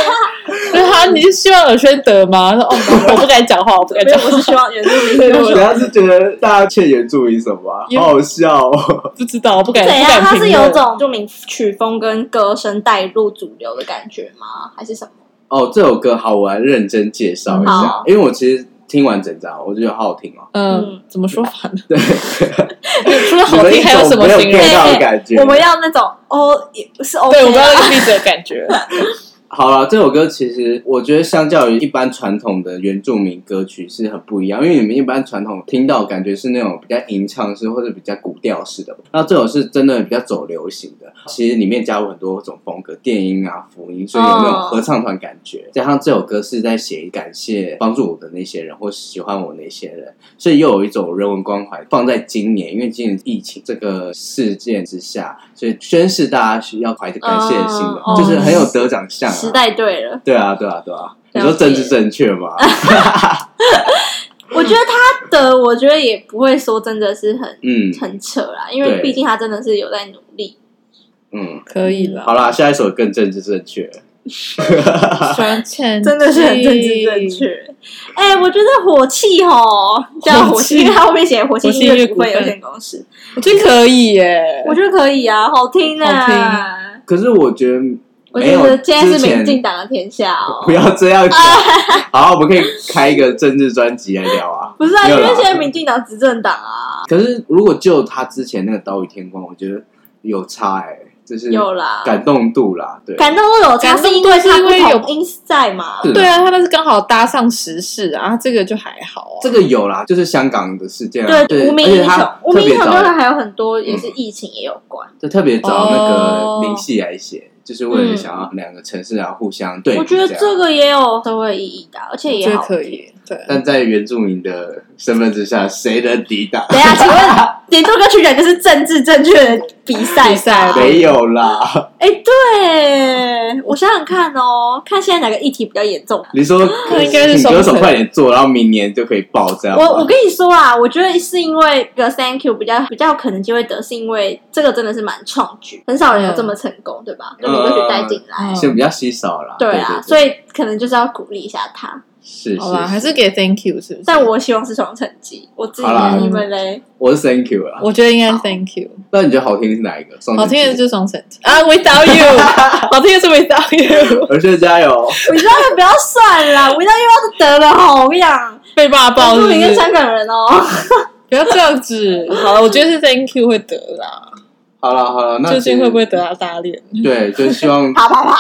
对他，你是希望尔轩得吗？他说哦，我不敢讲话，我不敢没有讲，我是希望原住 民对就是我主要是觉得大家欠原住民什么啊，因为好好笑哦。不知道，我不敢，怎不样？敢它是评有论。种著名曲风跟歌声带入主流的感觉吗？还是什么？哦，这首歌好，我来认真介绍一下好，因为我其实听完整张，我就觉得好好听哦。嗯嗯，怎么说法呢？对，除了好你们听，一还有种什么没有形容？ get 到的感觉？我们要那种哦，也是 OK，对，我们啊要那个闭嘴的感 觉。好了，这首歌其实我觉得相较于一般传统的原住民歌曲是很不一样，因为你们一般传统听到感觉是那种比较吟唱式或者比较古调式的，那这种是真的比较走流行的。其实里面加入很多种风格，电音啊、福音，所以有那种哦合唱团感觉。加上这首歌是在写感谢帮助我的那些人或喜欢我那些人，所以又有一种人文关怀放在今年，因为今年疫情这个事件之下，所以宣示大家需要怀着感谢的心嘛，哦就是很有得奖项、啊。时代对了。对啊，对啊，对啊。了解你说政治正确 吗？我觉得他的，我觉得也不会说真的是很嗯很扯啦，因对为毕竟他真的是有在努力。嗯，可以了，好啦，下一首更政治正确。转钱真的是很政治正。确。哎、我觉得火气吼，叫火火气气，因为它后面写火气火气音音乐乐股份股有份限公司，我觉得可以耶。我觉得可以啊，好听啊。可是我觉得我没觉有得现在之是民进前，党的天下哦不。要 这样讲。好，我们可以开一个政治专辑来聊啊。不是啊，没因有为啦现在民进党执政党啊，可是如果就他之前那个《岛屿天光》，我觉得有差哎、就是有啦，感动度啦，对，感动都有差，感动是因为是因为它有不同音在嘛。是对啊，他那是刚好搭上时事啊，这个就还好啊。这个有啦，就是香港的事件啊，对，无名而且英雄他，无特名英别雄就是早，嗯还有很多也是疫情也有关。就特别找那哦个林夕来写，就是为了嗯想要两个城市啊互相对比我觉得样这个也有社会意义的，而且我也觉得好。可以，对。但在原住民的身份之下，谁能抵挡？ 等一下，请问 年度歌曲奖就是政治正确的比赛吧？比赛对没有啦，哎，对，我想想看哦，看现在哪个议题比较严重。你说那应该是请双歌城手快点做，然后明年就可以爆这样吗。我我跟你说啊，我觉得是因为这个 Thank You 比较比较有可能机会得，是因为这个真的是蛮创举，很少人有这么成功，对吧？就你歌曲带进来，嗯现在比较稀少啦，对嗯对啊，对所以可能就是要鼓励一下他。是是好啦，还是是给 Thank you 是不是？但我希望是双成绩，我自己好啦你们嘞？我是 Thank you 啦。我觉得应该是 Thank you。那你觉得好听是哪一个？双好城听的记就是双神记啊，Without you，好听的是 Without you，而且加油，我知道就不要算啦，我一定要得了哈！我跟你讲，被骂原爆是住不民是跟香港人哦， 不要这样子。好了，我觉得是 Thank you 会得啦，好了好了，那究其竟实会不会得到大 脸？对，就希 望啪啪啪！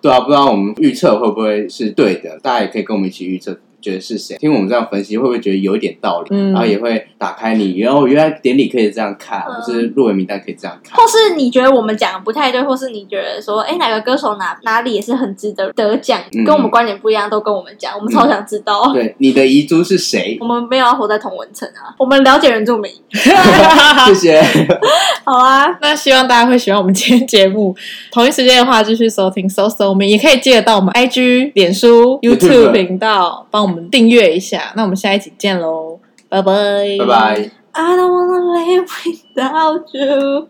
对啊，不知道我们预测会不会是对的，大家也可以跟我们一起预测，觉得是谁。听我们这样分析，会不会觉得有一点道理？嗯然后也会打开你，原来我原来典礼可以这样看，嗯或是入围名单可以这样看。或是你觉得我们讲的不太对，或是你觉得说，哎，哪个歌手哪哪里也是很值得得奖嗯，跟我们观点不一样，都跟我们讲，我们超想知道。对，你的遗珠是谁我？们没有要活在同文层啊，我们了解原住民。谢谢。好啊，那希望大家会喜欢我们今天节目。同一时间的话，继续收听 So So Me，也可以记得到我们 IG、脸书、YouTube YouTube 频道，帮我们订阅一下。那我们下一集见喽，拜拜，拜拜。 I don't wanna live without you。